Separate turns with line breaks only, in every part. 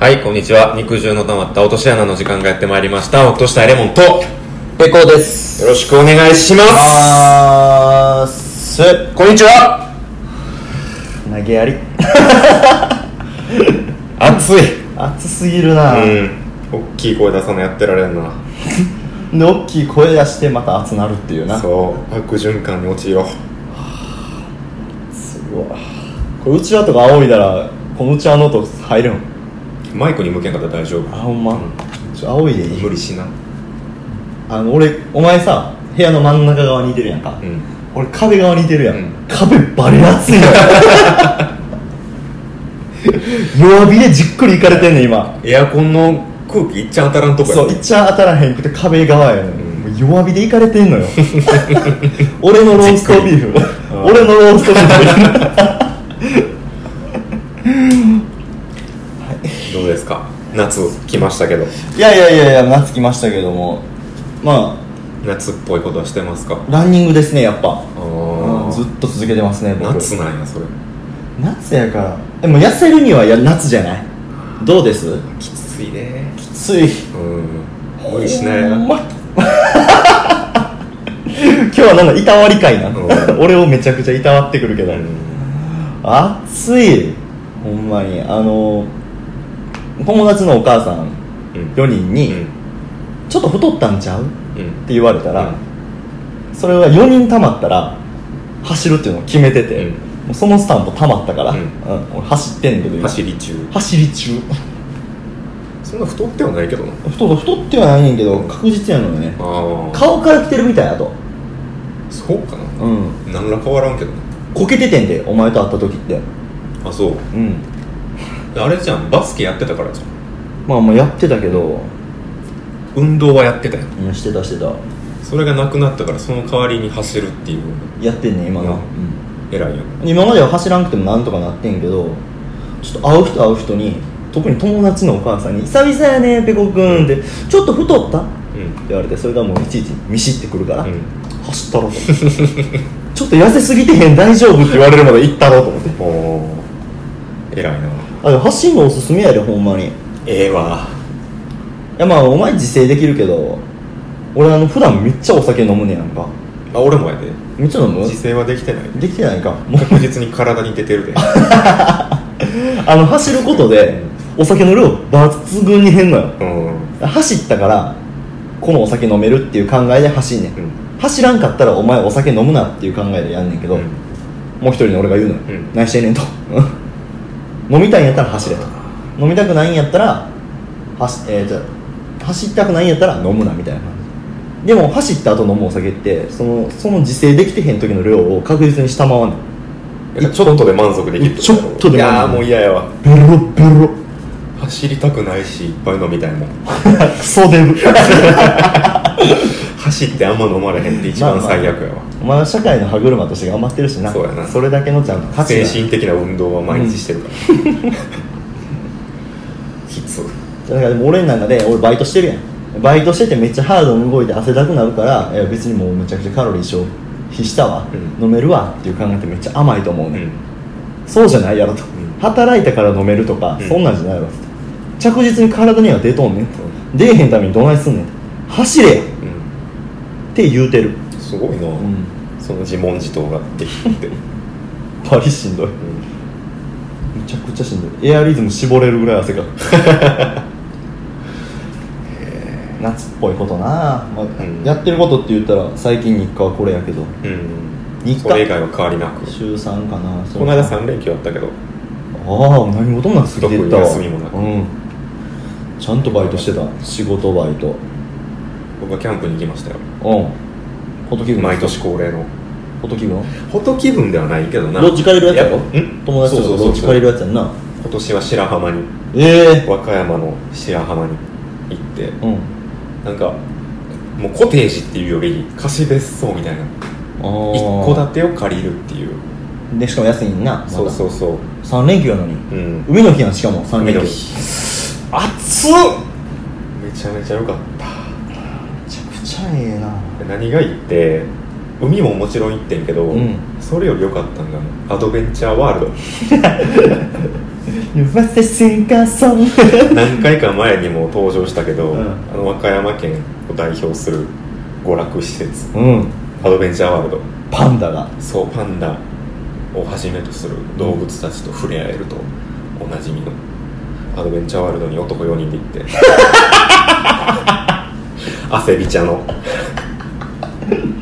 はい、こんにちは。肉汁の溜まった落とし穴の時間がやってまいりました。落としたいレモンと、よ
ペコです
ろしくお願いします。
あーす
こんにちは。
投げやり
暑い。
熱すぎるな、
うん。大きい声出さないやってられんな。
で大きい声出してまた熱なるっていうな
そう、悪循環に陥ろう。
すごいこれうちわとか仰いだらこのうちわの音入るん
マイクに向けんかったら大丈夫。
あほんまちょ仰いでいい
無理しな。
あの俺お前さ部屋の真ん中側にいてるやんか、
うん。
俺壁側にいてるやん、
うん
壁バリ熱いのよ 弱火でじっくりいかれてんねん今
エアコンの空気いっちゃん当たらんとこや
そういっちゃん当たらへんくて壁側やねん、
う
もう弱火でいかれて んのよ俺のローストビーフ
うん
俺のローストビーフ
どうですか夏来ましたけど
いやいやいやいや夏来ましたけどもま
夏っぽいことはしてますか
あランニングですねやっぱ
あ
うんずっ
ー
と続けてますね僕
夏なんやそれ
夏やからでも痩せるにはや夏じゃないどうです
きついね
きつい
うん無理しない
ほん
な
ま 今日はなんだいたわり会な、
うん
俺をめちゃくちゃいたわってくるけど、
うん
暑いほんまにあの友達のお母さん
うん
4人に、ちょっと太ったんちゃう?」っ
うん
て言われたら、
うん
それは4人たまったら走るっていうのを決めてて、
うん
もうそのスタンプたまったから、
う
うんん俺走ってんねんけど今
走り中
走り中
そんな太ってはないけどな
太った太ってはないねんけど確実やのよね
ああ
顔から来てるみたいあと
そうか
うん
な何ら変わらんけどな
こけててんでお前と会った時って
あそう
うん
あれじゃんバスケやってたからじゃん
まあまあやってたけど、
運動はやってたよ
うん、してたしてた
それがなくなったからその代わりに走るっていう
やってんねん今な、
うん
うん
偉いよ
今までは走らなくてもなんとかなってんけどちょっと会う人会う人に特に友達のお母さんに「久々やねペコくん」って「ちょっと太った?」って
うん
言われてそれがもういちいち見知ってくるから、
うん
走ったろと 思ってちょっと痩せすぎてへん大丈夫って言われるまで行ったろと思って
おー偉いな
あでも走るのおすすめやでほんまにい
ええわ
やまあお前自制できるけど俺あの普段めっちゃお酒飲むねやんか
あ俺もやで
めっちゃ飲む
自制はできてない
できてないかもう
確実に体に出てるで
あの走ることでお酒の量抜群に減んのよ
うん、
走ったからこのお酒飲めるっていう考えで走んねん、
うん
走らんかったらお前お酒飲むなっていう考えでやんねんけど、
うん
もう一人の俺が言うのよ、
うん
何してんねんと 飲みたいんやったら走れと飲みたくないんやったら走,、えーじゃあ走りたくないんやったら飲むなみたいな感じでも走った後飲むお酒ってそのその自制できてへん時の量を確実に下回んねん
なんかちょっとで満足できる
ちょっと
い
で満足
やーもう嫌やわ
ベロベロ
走りたくないしいっぱい飲みたいもん
クソデブ
走ってあんま飲まれへんって一番最悪やわ、
お前は社会の歯車として頑張ってるしな
そうやな
それだけのちゃんと価値
精
が
神的な運動は毎日してるから、きつ
だからでも俺の中で俺バイトしてるやんバイトしててめっちゃハードに動いて汗だくなるからいや別にもうめちゃくちゃカロリー消費したわ、
うん
飲めるわっていう考えってめっちゃ甘いと思う
う
ね、
ん
ん、そうじゃないやろと、
ん
働いたから飲めるとか、
うん
そんなんじゃないやろと着実に体には出とんねんと出えへんためにどないすんねん走れ
う
やって言うてる、
んすごいな、
うん、
その自問自答ができて、
バリしんどいめちゃくちゃしんどいエアリズム絞れるぐらい汗が 夏っぽいことな、まあ
ん
やってることって言ったら最近日課はこれやけど
うん、
日
それ以
課
外は変わりなく
週3かなそ
こ
れ
の間3連休あったけど
ああ何事もなく過ぎてったわ
特に休みもなく
うん、ちゃんとバイトしてた仕事バイト
僕はキャンプに行きましたよ
うんホトキ軍
毎年恒例の
ホトキ軍
フォト気分ではないけどな
ロッジ借りるやつやろ
っぱん
友達
そ
と
う
か
そうそ
ロッ
う
ジ
そう
借りるやつやんな
今年は白浜に
ええ
和歌山の白浜に行って
うん
なんかもうコテージっていうより貸し別荘みたいな
ああ
一戸建てを借りるっていう
でしかも安いんな、ま、
そうそうそう
3連休やのに
うん
海の日やんしかも3
海の
連休
日
暑っ
めちゃめちゃ良かった
めちゃくちゃええな
で何がいいって海ももちろん行ってんけど、
うん
それより良かったんがアドベンチャーワールド
私がそん
何回か前にも登場したけど、
うん
あの和歌山県を代表する娯楽施設
うん
アドベンチャーワールド
パンダが
そうパンダをはじめとする動物たちと触れ合えるとおなじみのアドベンチャーワールドに男4人で行 って汗びちゃの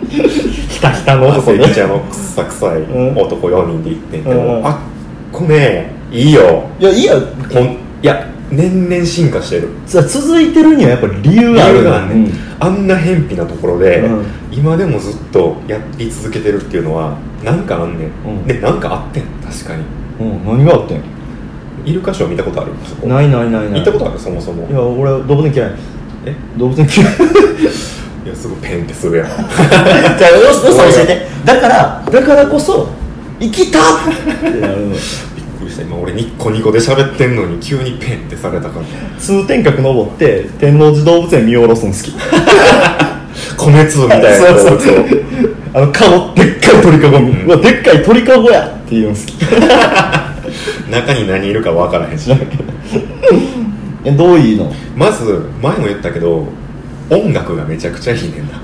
ひたひたの男
汗
ね
びちゃのくっさくさい
うん
男4人で行ってんけど、
うん
あっこねいいよ
いやいいや
ほんいや年々進化してる
さ続いてるにはやっぱり理由があ
あ
る
る
よ
がね、あんな偏僻なところで、
うん
今でもずっとやり続けてるっていうのはなんかあんねん、
うん
でなんかあってん確かに
うん、うん、何があってん
イルカショー見たことあるそこ
ないないないな
行
い
ったことあるそもそも
いや俺動物園嫌い
え
動物園嫌い
いやすごいペンってするやん
じゃあよしよし教えてだからだからこそ生きたってなるの
びっくりした今俺ニッコニコで喋ってんのに急にペンってされたから
通天閣登って天王寺動物園見下ろすの好き
米粒みたいな
そうそう
動物を
あの顔でっかい鳥かご見る
うん
うわでっかい鳥かごやっていうの好き
中に何いるか分からへんし
えどういうの
まず前も言ったけど音楽がめちゃくちゃいいねんな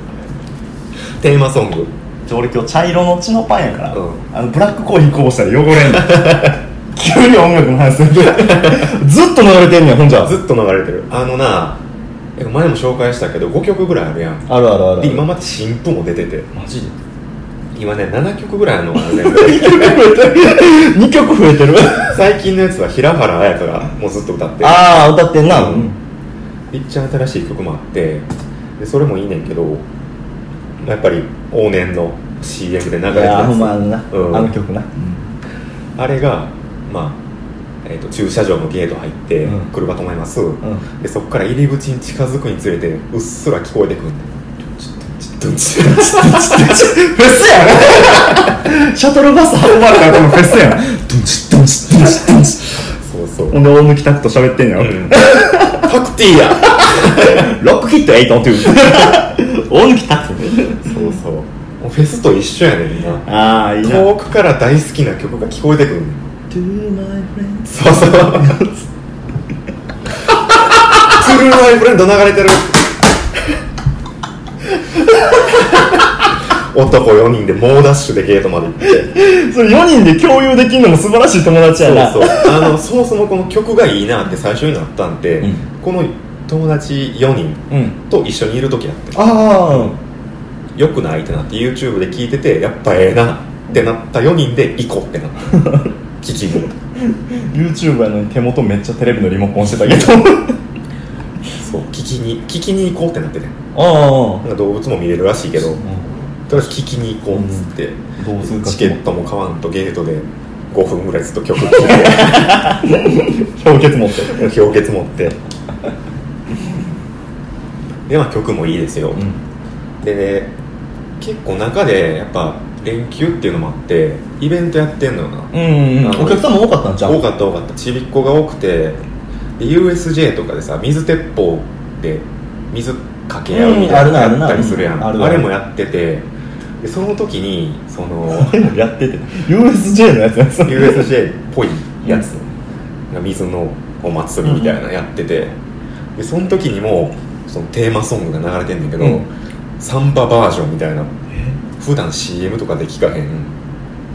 テーマソング
じゃあ俺今日茶色の血のパンやから、
うん
あのブラックコーヒーこぼしたら汚れんの 急に音楽の話するけどずっと流れてんねんほんじゃ
ずっと流れてるあのなえ前も紹介したけど5曲ぐらいあるやん
あるあるある
で今まで新譜も出てて
マジで
今ね7曲ぐらいあるのかな全 部
2曲増えてる2曲増えてる
最近のやつは平原綾香がもうずっと歌って
ああ歌ってんな、
うんめっちゃ新しい曲もあってでそれもいいねんけどやっぱり往年の CM で流れ
い
てる
や
や
ー
つ
ほんまあのな、
うん
あの曲な、
あれがまあ、えーと駐車場のゲート入って、
うん
車止めます、
ん
でそこから入り口に近づくにつれてうっすら聞こえてくるんだよドゥンチ
フェス やんシャトルバス運ばれたらこのフェスやんドンチッドンチッドンチッドンチッ
そうそう、う
ほ
ん
んで大貫拓と喋ってんやろ、
タクティーや
ロックヒット8大貫拓
そうそうもうフェスと一緒やねんな
ああいいな
遠くから大好きな曲が聞こえてくるんだよ
To my friends
そうそう。トゥルーマイフレンド流れてる。男4人で猛ダッシュでゲートまで行って
それ4人で共有できるのも素晴らしい友達やな
そうそうあのそもそもこの曲がいいなって最初になったんで、
うん
この友達4人
うん
と一緒にいる時やって
あ
よくないってなって YouTube で聞いててやっぱええなってなった4人で行こうってな った聞きに行った
YouTube やのに手元めっちゃテレビのリモコンしてたけど
そう聞きに聞きに行こうってなっててな
あ
んか動物も見れるらしいけどとりあえず聞きに行こうっつって、
あどうするか
チケットも買わんとゲートで5分ぐらいずっと曲聴いて
氷結持って
氷結持ってでまあ曲もいいですよ、でね結構中でやっぱ連休っていうのもあってイベントやってんのよな、
うん
あの
お客さんも多かったんちゃう
多かった多かったちびっ子が多くてで USJ とかでさ水鉄砲で水かけ合うみたいな
うんある
のや
な
ったりするやん、
あるなうんあるあ
あ
る
れもやっててでその時にその
これもやってて USJ のやつやつ
USJ っぽいやつが水のお祭りみたいなのやってて、でその時にもそのテーマソングが流れてんだけど、
うん
サンババージョンみたいな普段 CM とかで聞かへん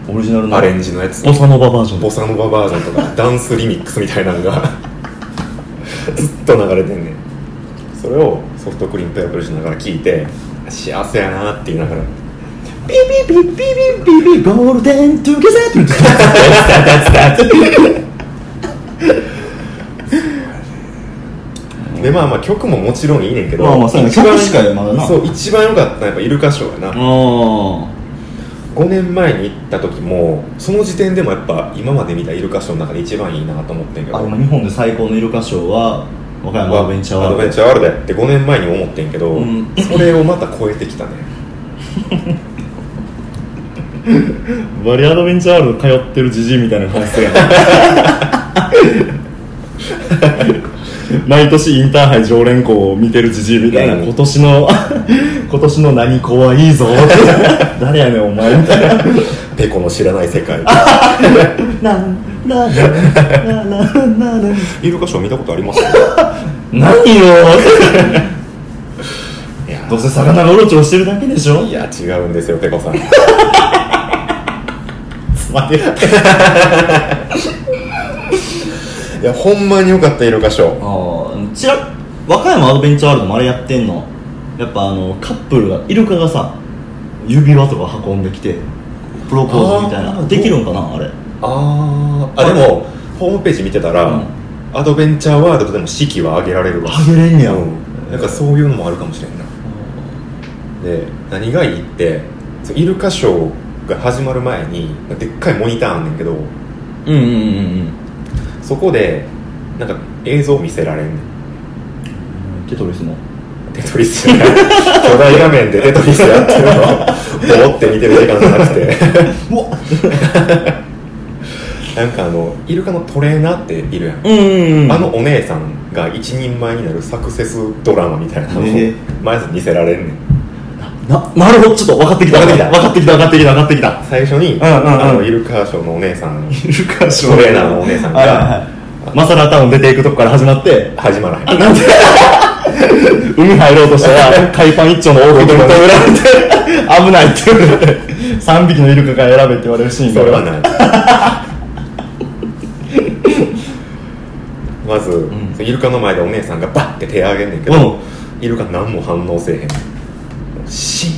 オリジナルの
アレンジのやつ
ボサノババージョン
ボサノババージョンとかダンスリミックスみたいなのがずっと流れてんねんそれをソフトクリームとやプルしながら聞いて幸せやなって言いながら
ピピピピピピピゴールデントゥゲザーって言ってた
でまあまあ曲ももちろんいいねんけど
まあまあそうやね
一番
曲しかまだな
そう一番良かったのはやっぱイルカショーやな、
あ
5年前に行った時もその時点でもやっぱ今まで見たイルカショーの中で一番いいなと思ってんけど
あ今日本で最高のイルカショーは和歌山アドベンチャーワー
アド
ルド
ベンチャーワールドやって5年前に思ってんけど、
うん
それをまた超えてき たね
バリアドベンチャーワールド通 ってるじじいみたいな感じするやんい毎年インターハイ常連校を見てるじじいみたいな
うん
今年の 今年の何校はいい ぞって誰やねんお前みたいな
ペコの知らない世 界
なんななななな
イルカショー見たことあります
何よ
いや
どうせ魚がうろちょろしてるだけでしょ
いや違うんですよペコさん
つまりあ
いやほんまによかったイルカショー
あちら和歌山アドベンチャーワールドもあれやってんのやっぱあのカップルがイルカがさ指輪とか運んできてプロポーズみたい
あ
な
ー
できるんかなあれ
あーあでもホームページ見てたら、
うん
アドベンチャーワールドでも式は上げられるわ
あげれんね
う
や
ん、なんかそういうのもあるかもしれんなで何がいいってそのイルカショーが始まる前にでっかいモニターあんねんけど
うんうんうんうん
そこでなんか映像見せられんねん
テトリスの
テトリ ス巨大画面でテトリスやってるのを思って見てる時間じゃなくて
うわ
なんかあのイルカのトレーナーっているやん、
うん
あのお姉さんが一人前になるサクセスドラマみたいなのを
へえ
まず見せられんねん
ななるほどちょっと分かってきた
分
分
かってきた
かってきた分かってきた分かってきた
最初に、
んうんうん
あのイルカショーのお姉さん
イルカショ
トレーナーのお姉さんが
マサラタウン出ていくとこから始まって
始まらへ ん
なんで海入ろうとしたら海パン一丁の大きに求められて危ないって言われて3匹のイルカから選べって言われるシーンが
それはないまず、
ん
イルカの前でお姉さんがバッて手上げんねんけど、イルカ何も反応せえへんシーン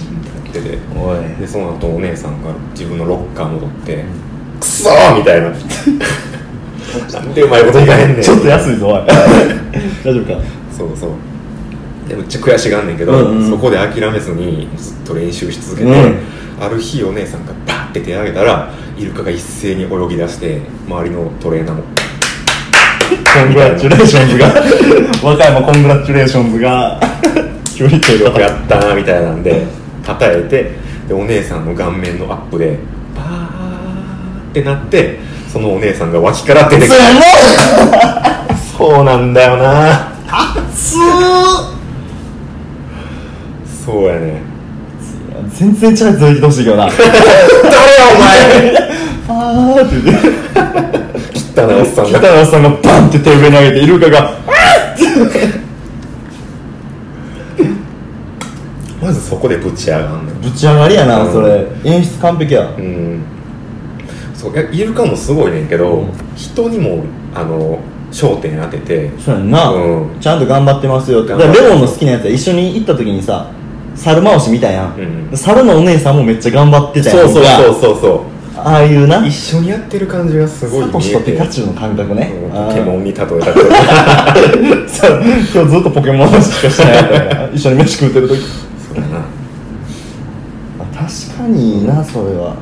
ってなってて
おい
でその後お姉さんが自分のロッカー戻って「クソー!」みたいななんでうまいこといかへんねん
ちょっと安いぞおい大丈夫か
そうそうでめっちゃ悔しがんねんけど、
うんうん
そこで諦めずにずっと練習し続けて、
うん
ある日お姉さんがバッて手上げたらイルカが一斉に泳ぎ出して周りのトレーナーも
コングラチュレーションズが和歌山コングラチュレーションズが急に手
よ
が
くやったなみたいなんで叩えてでお姉さんの顔面のアップでバーってなってそのお姉さんが脇から出てきたそうなんだよな
熱
そうやね
全然チャレンジてほしいけどな
誰や
あーって言って
お前汚いおっさん
北
が
野さんがバンって手上に上げてイルカが
まずそこでぶち上がんのよ
ぶち上がりやな
うん
それ演出完璧や
うんそういやイルカもすごいねんけど、
うん
人にもあの焦点当てて
そうやんな
うん
ちゃんと頑張ってますよってだ
頑
か
張
ら
って
レモンの好きなやつは一緒に行った時にさ猿回しみたいや
うん
ん猿のお姉さんもめっちゃ頑張ってたやん
そうそうそう
う
そうそ
ああいうな
う一緒にやってる感じがすごい
サトシとピカチュウの感覚ね
うん
あ
ポケモ
ー
ンに例えたけど
そう今日ずっとポケモンしかしてないから一緒に飯食うてる時
そうやな
あ確かになそれは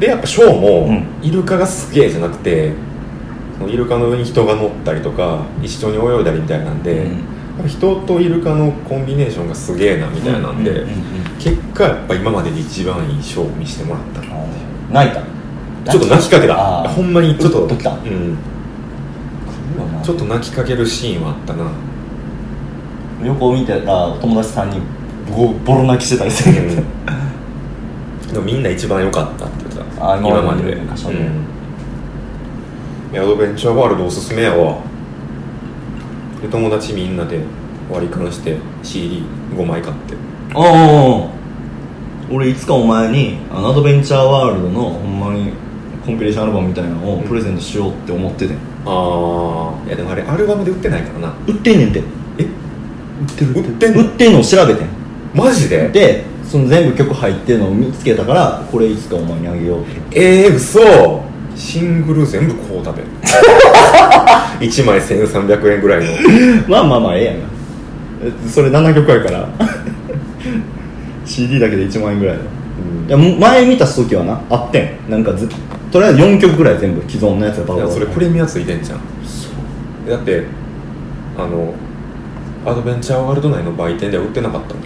でやっぱショーも、
うん
イルカがすげえじゃなくてそのイルカの上に人が乗ったりとか一緒に泳いだりみたいなんで、
うん
やっぱ人とイルカのコンビネーションがすげえなみたいなんで、
うんうんうん
結果やっぱ今までで一番いいショーを見せてもらったな
泣いた
ちょっと泣きかけ
あ
た
ー
ほんまにちょっと
うっときた
うん、ちょっと泣きかけるシーンはあった な
横を見てた友達さんにボボロ泣きしてたりするけど
でもみんな一番良かったって言ってた
あー
今までで、
今までの
うんいやアドベンチャーワールドおすすめやわで友達みんなで割り勘して CD5 枚買って
ああ俺いつかお前にあのアドベンチャーワールドのほんまにコンピレーションアルバムみたいなのをプレゼントしようって思ってて
ああいやでもあれアルバムで売ってないからな
売ってんねんて
え売ってんの
売ってんのを調べてん
マジで
でその全部曲入ってるのを見つけたからこれいつかお前にあげようって
ええー、嘘シングル全部こう食べ る1枚1300円ぐらい の
まあまあまあええやんなえそれ7曲やから CD だけで1万円ぐらいだいやもう前見た時はなあってんなんかずとりあえず4曲ぐらい全部既存のやつがバ
い
バ
や
バ
それプレミアついてんじゃんだってあのアドベンチャーワールド内の売店では売ってなかったの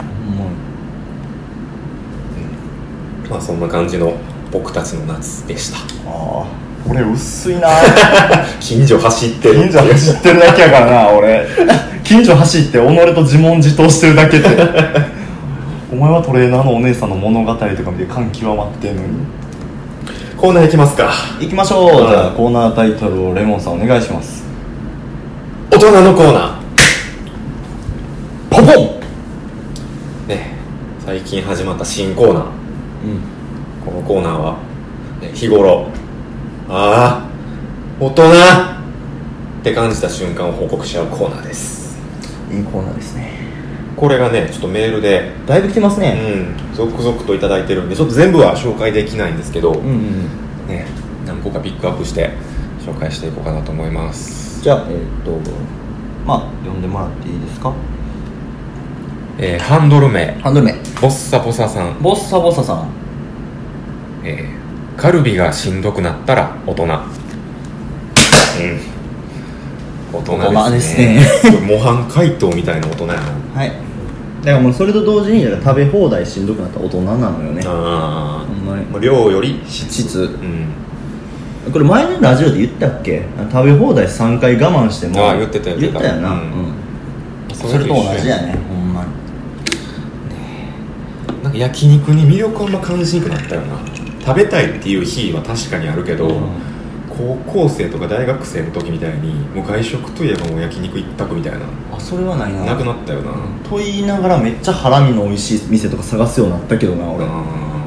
まあそんな感じの僕たちの夏でした
ああ俺薄いな
近所走ってる
近所走ってるだけやからな俺近所走って己と自問自答してるだけってお前はトレーナーのお姉さんの物語とか見て感極まってんのに
コーナー行きますか
行きましょう、
はい
じゃあコーナータイトルをレモンさんお願いします
大人のコーナ
ポポン、
ーね最近始まった新コーナーこのコーナーは、ね日頃ああ大人って感じた瞬間を報告し合うコーナーです
いいコーナーですね
これがねちょっとメールで
だいぶ来てますね、
うん続々といただいてるんでちょっと全部は紹介できないんですけど、
うんうんうん
ね何個かピックアップして紹介していこうかなと思います
じゃあえーっとまあ呼んでもらっていいですか
えーハンドル名
ハンドル名
ボッサボサさん、
ボッサボサさん
えーカルビがしんどくなったら大人、うん、大人ですね模範解答みたいな大 人やな
はいだからもうそれと同時にだから食べ放題しんどくなった大人なのよね
あ
ほんまに
あ量より質
質
うん
これ前のラジオで言ったっけあの食べ放題3回我慢しても
あ言ってた言って
言
た
ったよな、
う
うんん
そ
それと同じやねほんまに
なんか焼肉に魅力あんま感じにくなったよな食べたいっていう日は確かにあるけど、高校生とか大学生の時みたいにもう外食といえばもう焼肉一択みたいな
あそれはないな
なくなったよな、
と言いながらめっちゃハラミの美味しい店とか探すようになったけどな俺
あ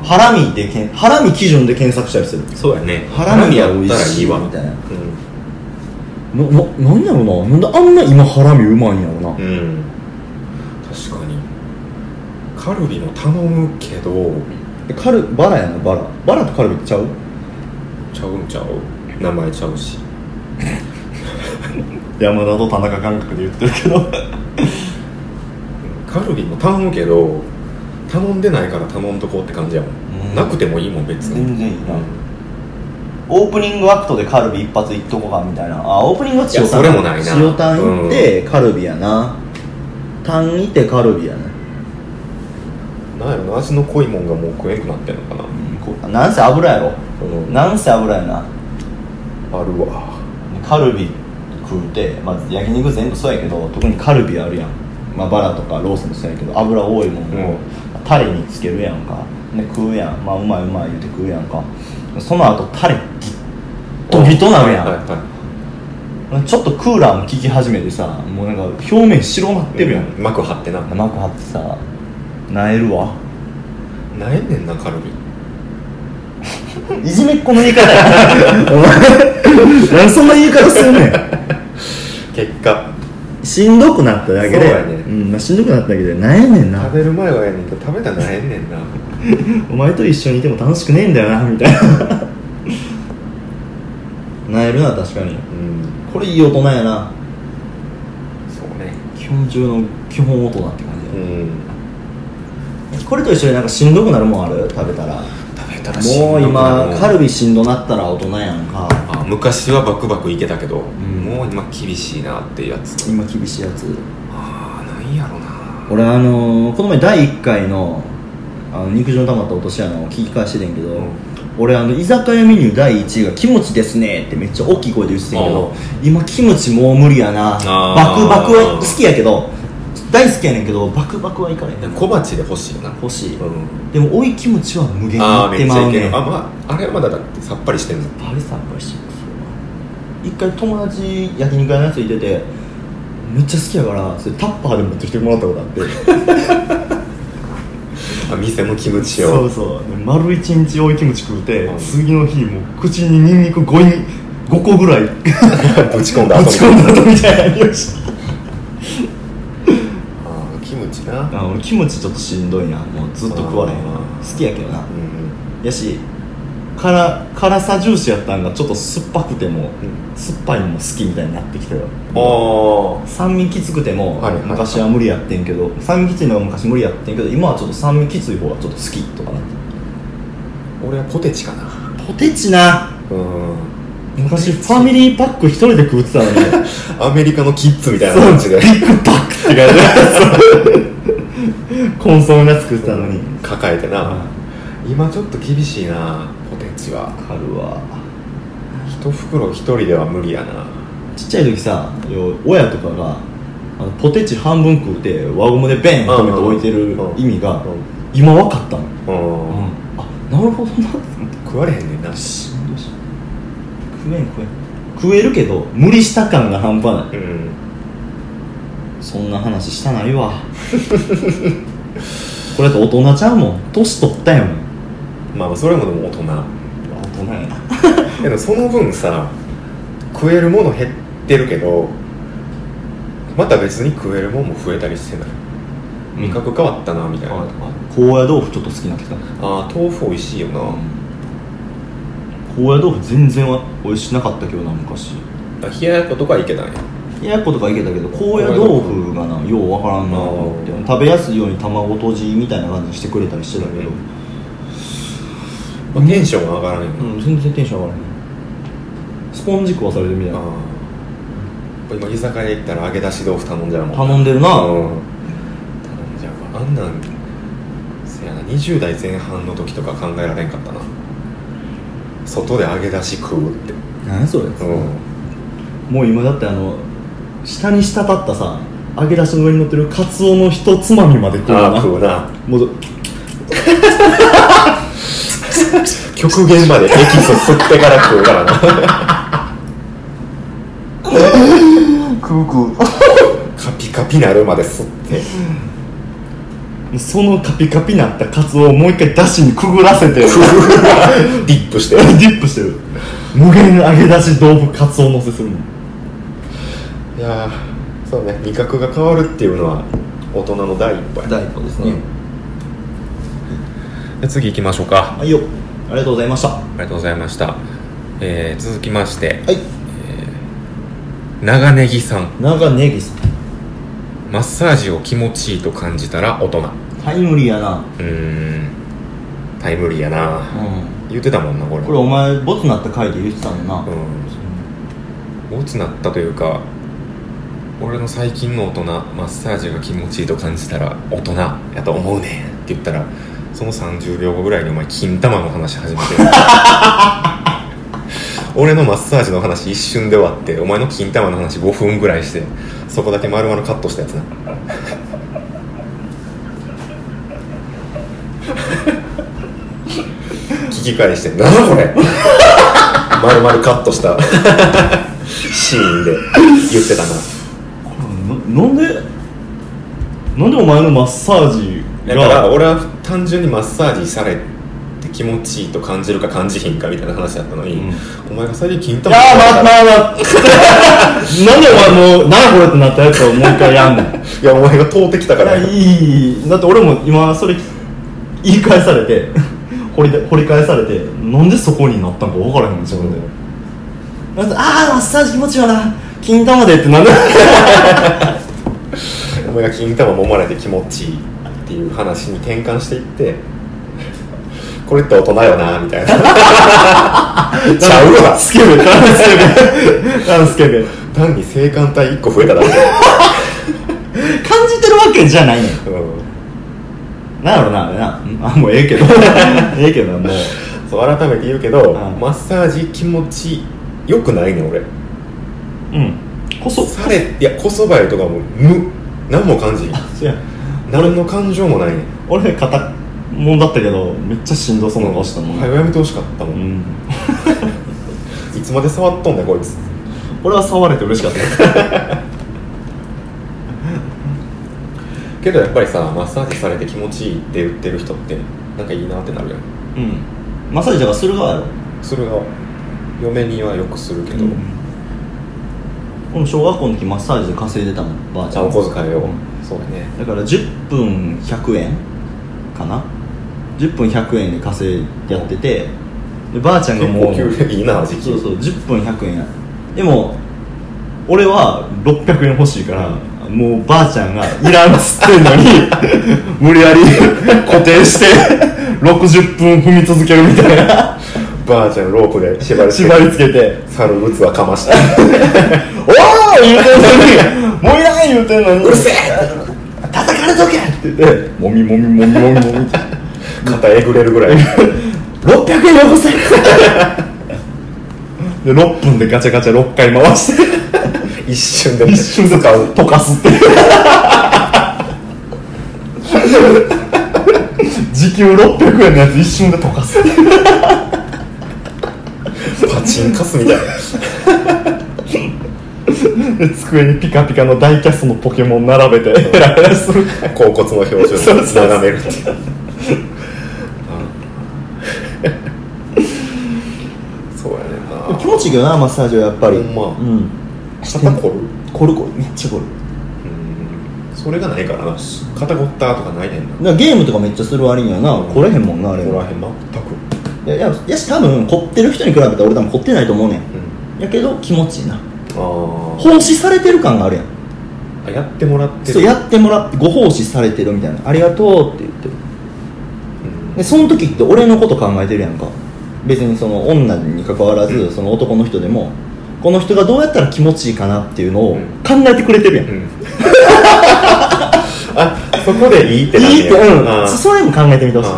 ハラミでけんハラミ基準で検索したりする
ーそうやね
ハラミ
や
が
っ
美味
たらい
し
い
い
わ
みたいな
う
なななんやろななんであんな今ハラミうまいんやろな、
ん、うん、確かにカルビも頼むけど
えカルバラやなバラバラとカルビちゃう
ちゃうんちゃう名前ちゃうし
山田と田中感覚で言ってるけど
カルビも頼むけど頼んでないから頼んとこうって感じやもん、
うん
なくてもいいもん別に
全然いいな
うん
オープニングアクトでカルビ一発いっとこかみたいなあオープニングは塩タン
いやそれもないな
塩タン行ってカルビやな、タン行ってカルビやな、
なんやろな味の濃いもんがもう食えんくなってんのかな
なんせ油やろ
その
なんせ油やな
あるわ
カルビ食うて、まあ、焼肉全部そうやけど特にカルビあるやん、まあ、バラとかロースもそうやけど油多いもんを、タレにつけるやんかで食うやんまあうまいうまい言うて食うやんかその後タレギッとギトなるやん、
はいはい
ちょっとクーラーも効き始めてさもうなんか表面白なってるやん、
膜張ってな
幕張ってさなえるわ
なえんねんなカルビ
いじめっ子の言い方やお前なんでそんな言い方するねん
結果
しんどくなっただけで
そうやね
んまあ、しんどくなっただけでなえねんな
食べる前はええねんけど食べたらなえんねんな
お前と一緒にいても楽しくねえんだよなみたいななえるな確かに
うん
これいい大人やな
そうね
基本中の基本大人って感じ
う
や、
ん
これと一緒になんかしんどくなるもんある食べたら
食べた
もう今カルビしんどなったら大人やんか
あ昔はバクバクいけたけど、
ん
もう今厳しいなっていうやつ
今厳しいやつ
ああなんやろな
俺あのーこの前第1回のあの肉汁の溜まった落とし穴を聞き返しててんけど、
うん
俺あの居酒屋メニュー第1位が「キムチですね」ってめっちゃ大きい声で言っててんけど今キムチもう無理やなバク
あー
バクは好きやけど大好きやねんけどバクバクはいかれへん
小鉢で欲しいよな
欲しい
うん
でも追いキムチは無限に
ああ
いっ
め
て
っち
ま
ゃ
う
いけ
ね
る
ん
あ,、まあ、あれはまだだってさっぱりしてんの
バレさっぱりしてる一回友達焼肉屋のやついててめっちゃ好きやからそれタッパーで持ってきてもらったことあって
あ店のキムチを
そうそうで丸一日追いキムチ食うて、
うん
次の日もう口にニンニク 5, 5個ぐらい ぶ
ぶち込んだ後
ち込んだ後みたいな匂いして
あーキムチな
あ俺キムチちょっとしんどいなもうずっと食われへんわ
あー
好きやけどな
うん
やし辛辛さ重視やったんがちょっと酸っぱくても、
ん
酸っぱいのも好きみたいになってきたよ
あ
酸味きつくても、
はいはいはい
昔は無理やってんけど酸味きついのが昔無理やってんけど今はちょっと酸味きつい方がちょっと好きとかなって
あ俺はポテチかな
ポテチな
うん
昔ファミリーパック一人で食ってたのに
アメリカのキッズみたいな感じ で
ビッグパックって感じコンソメが作ってたのに
抱えてな今ちょっと厳しいなポテチは
わかるわ
一袋一人では無理やな
ちっちゃい時さよ親とかがあのポテチ半分食うて輪ゴムでベン止めて置いてる
うん
意味が
うん
今分かったの、
うん、
あなるほど な
食われへんねんな
しんどいし食えん食えん食えるけど無理した感が半端な
う
い
ん
そんな話したないわ これだって大人ちゃうもん年取ったんやもん
まあまあそれもでも大人
大人や
で
な
もその分さ食えるもの減ってるけどまた別に食えるもんも増えたりしてない味覚変わったなみたいな、
高野豆腐ちょっと好きになってきた
ああ豆腐美味しいよな、
高野豆腐全然は美味しなかったけどな昔
あ冷ややっことかはいけない
冷ややっことかいけたけど高野豆腐がなようわからんなと思って食べやすいように卵とじみたいな感じにしてくれたりしてたけど、
まあ、テンションが上がらない
うん、全然テンション上がらへんスポンジ食わされてるみたい
あ
な
あ今居酒屋行ったら揚げ出し豆腐頼んじゃうもん
頼んでるな、
うん頼んじゃうわあんなんせやな20代前半の時とか考えられんかったな外で揚げ出し食うって
何それ、
うん
もう今だってあの下に滴ったさ揚げ出しの上に乗ってるカツオのひとつまみまで食うよ
ああ
な
食うな
もう
極限までエキス吸ってから食うから な
食う食う
カピカピなるまで吸って
そのカピカピなったカツオをもう一回だしにくぐらせて デ
ディップして
ィップしてる無限揚げ出し豆腐カツオのせするの
いやーそうね味覚が変わるっていうのは大人の第一歩や
第一歩ですね
で次行きましょうか
はいよありがとうございましたは
ありがとうございました、えー続きまして
い
長ネギさん
長ネギさん
マッサージを気持ちいいと感じたら大人う
タイムリーやな
ーんタイムリーやな
うん
言ってたもんなこれ
これお前ボツなった回で言ってたもんな、
うん大きなったというか俺の最近の大人マッサージが気持ちいいと感じたら大人やと思うねんって言ったらその30秒後ぐらいにお前金玉の話始めて俺のマッサージの話一瞬で終わってお前の金玉の話5分ぐらいしてそこだけ丸々カットしたやつな聞き返して「なんだこれ!」丸々カットしたシーンで言ってたな
ななんでなんでお前のマッサージ
だから
が
俺は単純にマッサージされて気持ちいいと感じるか感じひんかみたいな話だったのに、
うん
お前が最近金
い
玉
や ーまあまあまあなんでお前もうなんやこれってなったやつをもう一回やんのい
いやお前が通ってきたから
やいいいいだって俺も今それ言い返され て掘りで掘り返されてなんでそこになったんか分からへん自分で、なんでああマッサージ気持ちいいわな金玉でって なんで
お前が金玉揉まれて気持ちいいっていう話に転換していってこれって大人よなみた いなちゃうわ
スケ ベなんでスケベなんでス
単に性感帯1個増えただけ、
ケベ感じてるわけじゃないねん
うん
なんやろなあれなうんあもうええ けどええけどなもう
そう改めて言うけど、
うん
マッサージ気持ちよくないねん俺
うんこそ
されいやこそばゆとかも無何も 感じん
そうや
何の感情もないねん
俺肩もんだったけどめっちゃしんどそうな顔したもん、
早やめてほしかったも、
うんん
いつまで触っとんねんこいつ
俺は触れて嬉しかった
けどやっぱりさマッサージされて気持ちいいって言ってる人ってなんかいいなってなるやん
うんマッサージとかする側やろ
それが嫁にはよくするけど、
俺も小学校の時マッサージで稼いでたもんばあち
じゃ
ゃ
あ
ん
お小遣いを、
うん
そうだね
だから10分100円かな10分100円で稼いでやっててでばあちゃんが
結
も
構
う
給料いいな時期
そうそう10分100円やでも俺は600円欲しいから、もうばあちゃんがいらんっつってんのに無理やり固定して60分踏み続けるみたいな
ばあちゃんロープで縛り付
縛
け
りつけて
猿靴はかました
「おー言うてんのに「もういらん!」言うてんのに「うるせえ!」叩かれとけって言って「もみもみもみもみもみ」
肩えぐれるぐらい
600円よこせで6分でガチャガチャ6回回して
一瞬で
一瞬で
使う
溶かすっていう 時給600円のやつ一瞬で溶かす
パチンカスみたいな
で机にピカピカのダイキャストのポケモン並べてヘラヘラするから
甲骨の表情
そうそう
に
そう
眺めるっていううんそうやねんな
気持ちいいけどなマッサージはやっぱり
ほんま
うん
肩こる
凝る凝るめっちゃ凝る
うんそれがないからな肩凝ったとかないねんな
だからゲームとかめっちゃする割にはな凝れへんもんなあれ
ここら
は
へん全く
いやいややし多分凝ってる人に比べたら俺多分凝ってないと思うねんやけど気持ちいいな
あー
奉仕されてる感があるやん
あやってもらってる
そうやってもらってご奉仕されてるみたいなありがとうって言ってる
うん
でその時って俺のこと考えてるやんか別にその女に関わらず、その男の人でもこの人がどうやったら気持ちいいかなっていうのを
うん
考えてくれてるやん、
うん あそこでいいってなんね
い
や
いってう
あ
ん
ー
そそれも考えてみてほしい、
あー
う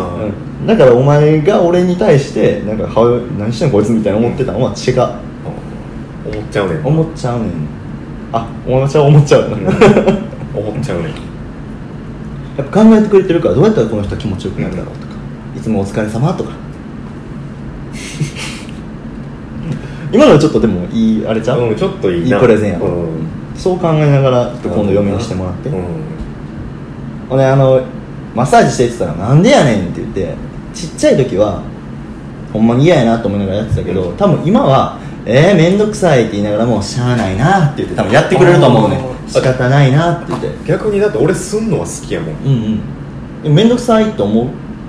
んだからお前が俺に対してなんかは何してんのこいつみたいな思ってたのは違う
あ思っちゃうねん
思っちゃうねんあお前は思っちゃ
う
うな、や
ん思っちゃうねん
っぱ考えてくれてるからどうやったらこの人は気持ちよくなるだろうとか、いつもお疲れ様とか今のはちょっとでもいいあれちゃう、
うんちょっとい
い
い
い
な
プレゼンやろ、
うん
そう考えながらちょっと今度嫁にしてもらって、
うん
ほんであのマッサージしてって言ったら「なんでやねん」って言ってちっちゃい時はほんまに嫌やなと思いながらやってたけど多分今は「えー、めんどくさい」って言いながらもう「しゃあないな」って言って多分やってくれると思うね
あー
仕方ないなって言って
逆にだって俺すんのは好きやもん
うんうんでもめんどくさいと思う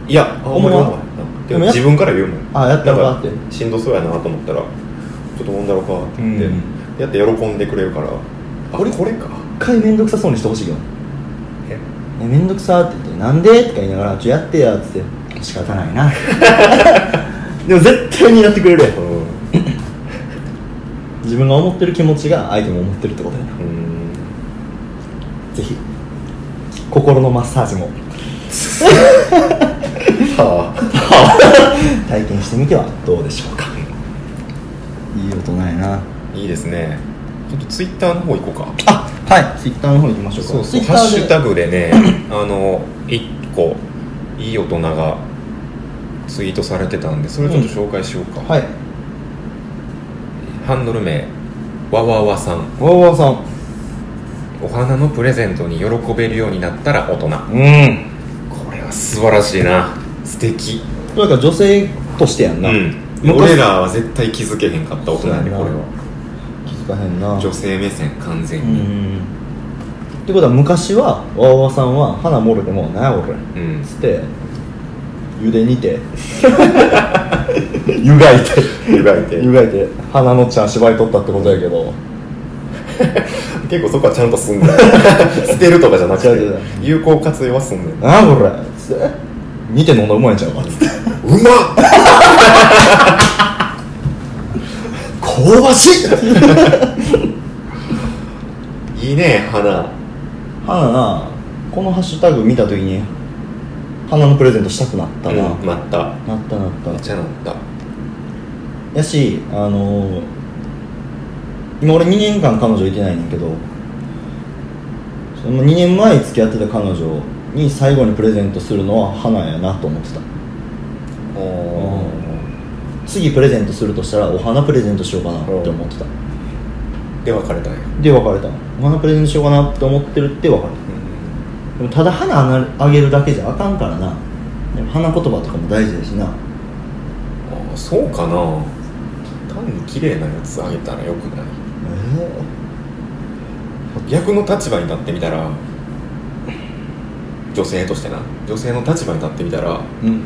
いやあんまり思わないでも自分から言うもん
あやったのか
な
っ
ん
て
かしんどそうやなと思ったらちょっと飲んだろかって言って、
うん
やって喜んでくれるからあ
俺
これか
一回めんどくさそうにしてほしいけど
え
ねめんどくさって言って「なんで?」とか言いながら「ちょやってや」っつって「仕方ないな」でも絶対にやってくれるやん
うん
自分が思ってる気持ちが相手も思ってるってことやな
うん
ぜひ心のマッサージも
はあ
体験してみてはどうでしょうかいい音ないない
いですねちょっとツイッターの方行こうか
あはいツイッターの方行きましょうか
そうそう
Twitter
ハッシュタ
で
グでね あの一個いい大人がツイートされてたんでそれちょっと紹介しようか、
はい
ハンドル名わわわさん
大和さん
お花のプレゼントに喜べるようになったら大人
うん
これは素晴らしいな素敵
だから女性としてやん
う
な、
ん
昔
俺らは絶対気づけへんかった大人やねこれは
気づかへんな
女性目線完
う
全に
んってことは昔はわわさんは花もろても「なや俺」
うん、
つって茹で煮て 湯がいて
湯がいて
湯がいて花のちゃん芝居取ったってことやけど
結構そこはちゃんとすんねん 捨てるとかじゃなく
違う違う
て有効活用はすんねんうまっ
なあこれつって見て飲んだらうまいんちゃうかつって香ばしい
いいね花
花なこのハッシュタグ見た時に花のプレゼントしたくなったな、
うん、なった
なったなった
めっちゃなった
やしあのー今俺2年間彼女いてないねんだけどその2年前付き合ってた彼女に最後にプレゼントするのは花やなと思ってた
お
次プレゼントするとしたらお花プレゼントしようかなって思ってた
で別れたんや、
で別れたお花プレゼントしようかなって思ってるって別れたでもただ花あげるだけじゃあかんからなでも花言葉とかも大事だしな
ああそうかな単に綺麗なやつあげたらよくない
え
逆の立場になってみたら女性としてな女性の立場に立ってみたら
えうん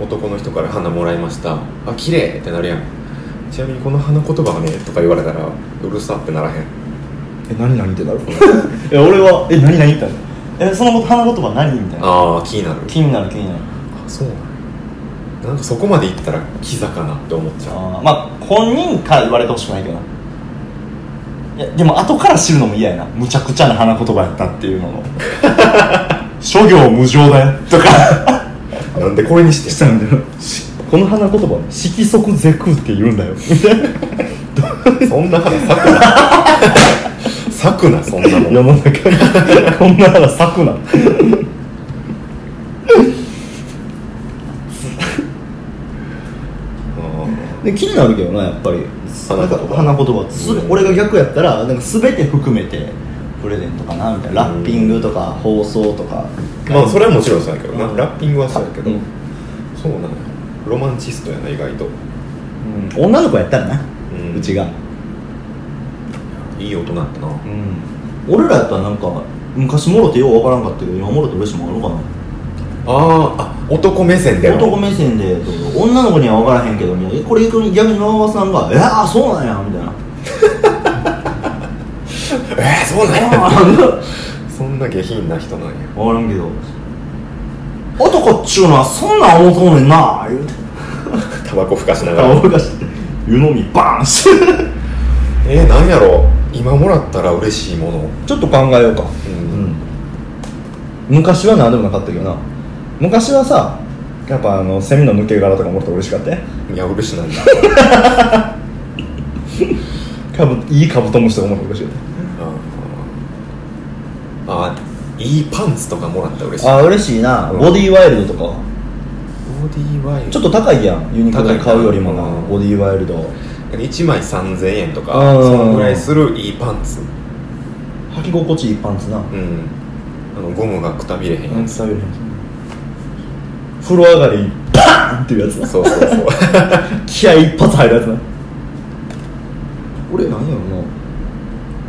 男の人から花もらいましたあ綺麗ってなるやんちなみにこの花言葉がねとか言われたらうるさってならへん
え何何ってなる え俺はえ何何ってなるえその花言葉何みたいな
ああ気になる
気になる気になる
あそうなんやなんかそこまで行ったらキザかなって思っちゃう
あーまあ本人から言われてほしくないけどないやでも後から知るのも嫌やなむちゃくちゃな花言葉やったっていうのの 諸行無常だよとか
なんでこれにして
したんだよしこの花言葉色即是空って言うんだよみたいな
そんな花咲くな咲くな そんなも
世
ん
の中にこんな花咲くなで気になるけどなやっぱり
花
なん
言
か
葉
花言葉すべ
うん
俺が逆やったらなんか全て含めてプレゼントかなみたいなラッピングとか放送とか
まあそれはもちろんそうやけどな
うん
ラッピングはそうやけど
うん
そうなのよロマンチストやな意外と
うん女の子やったらな、
う
うんちが、
いい大人だったな
俺らやったらなんか昔もろてようわからんかったけど今もろて嬉しいもんあるかな
あーあ男目線で
男目線でどうぞ女の子には分からへんけどみたいなこれ逆に逆にママさんが「えあそうなんや」みたいな
えー、そう
「
なんや
あー
そんな下品な人なんや
分からんけど男っちゅうのはそんなん思うとんねんな」言うて
タバコふかしながら
俺がして湯飲みバーンして
えー、なんやろ今もらったら嬉しいもの
ちょっと考えようか
う
うんん昔は何でもなかったけどな昔はさやっぱあのセミの抜け殻とかもらったら嬉しかったよ
いや嬉しないんだ
カブいいカブトムシとかもらったら嬉しかっ
あーいいパンツとかもらったら嬉しい
たああ嬉しいな、ボディワイルドとか
ボディワイル
ちょ
ド
っと高いやんユニクロで買うよりもな、
高いなうん
ボディワイルド
1枚3000円とか
あー
そのぐらいするいいパンツ
履き心地いいパンツな
うんあのゴムがくたびれへん
何
やつ
つ食べるの風呂上がりバーンっていうやつな
そうそうそう
気合一発入るやつな俺なんや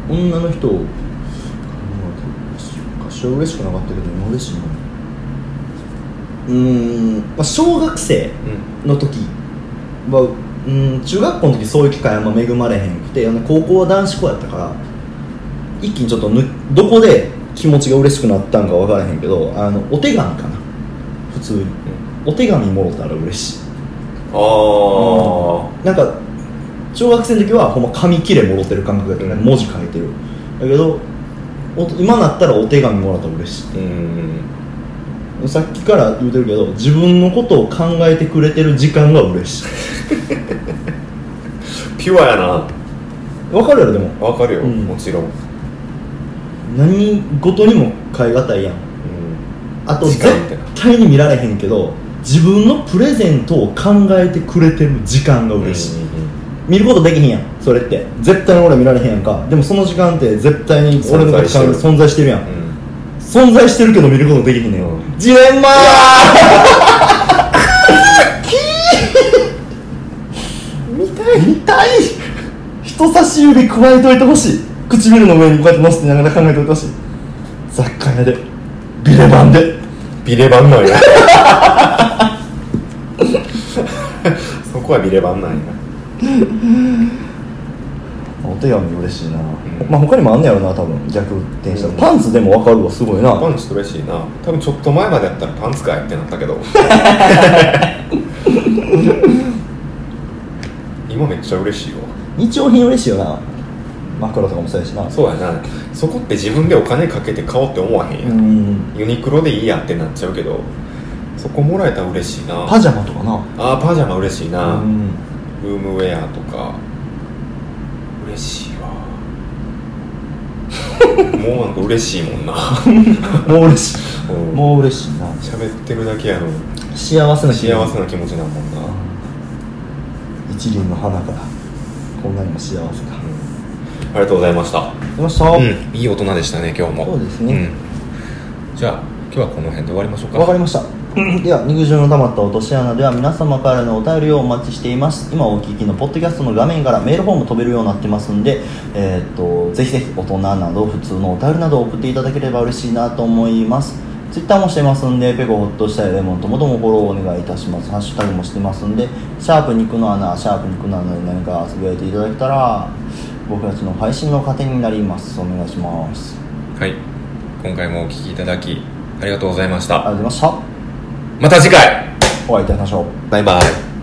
ろな女の人を昔は嬉しくなかったけど今嬉しいなうーん、まあ、小学生
うん
の時はうん中学校の時そういう機会あんま恵まれへんくてあの高校は男子校やったから一気にちょっとぬどこで気持ちが嬉しくなったんか分からへんけどあのお手紙かな普通にお手紙もろたら嬉しい
ああ
なんか小学生の時はほんま紙切れもろてる感覚やったから
うん
文字書いてるだけどお今なったらお手紙もらったら嬉しい
うん
さっきから言うてるけど自分のことを考えてくれてる時間が嬉しい
ピュアやな
分かるやろでも
わかるよ、
うん
もちろん、うん、
何事にも変え難いやんあと
時
絶
間ってな
対に見られへんけど自分のプレゼントを考えてくれてる時間が嬉しい、
うんうんうん
見ることできへんやんそれって絶対に俺見られへんやんかでもその時間って絶対に俺のこと考え
存在してる
存在してるやん、存在してるけど見ることできひんねんよ、
うん
ジレンマ見たい 見たい人差し指加えといてほしい唇の上にこうやって乗せてながら考えておいてほしい雑貨屋でビレバンで
ビレバンなんやそこはビレバンなんや
お手紙嬉しいな、
ん
まあ他にもあんねやろな多分逆転したら、
うん
パンツでも分かるわすごいな
パンツ嬉しいな多分ちょっと前までやったらパンツかいってなったけど今めっちゃ嬉しいよ
日用品嬉しいよな枕とかもそうやしな
そうやなそこって自分でお金かけて買おうって思わへんや、ん、
ん
ユニクロでいいやってなっちゃうけどそこもらえたら嬉しいな
パジャマとかな
あーパジャマ嬉しいな、
うん
ルームウェアとか嬉しいわ もうなんか嬉しいもんな
もう嬉しい
うん
もう嬉しいな
喋ってるだけやのに
幸せな気分
幸せな気持ちなんもんな、
一輪の花からこんなにも幸せか
ありがとうございました
出ました、
うんいい大人でしたね今日も
そうですね、
うんじゃあ今日はこの辺で終わりましょうか
わかりましたでは肉汁の溜まった落とし穴では皆様からのお便りをお待ちしています今お聞きのポッドキャストの画面からメールフォーム飛べるようになってますんで、えー、とぜひぜひ大人など普通のお便りなどを送っていただければ嬉しいなと思いますツイッターもしてますんでペコホッとしたいレモンともともフォローお願いいたしますハッシュタグもしてますんでシャープ肉の穴シャープ肉の穴で何かつぶやいていただけたら僕たちの配信の糧になりますお願いします
はい今回もお聞きいただきありがとうございまし
あ
た
りがとうございまし
また次回
たお会いいたしましょう
バイバイ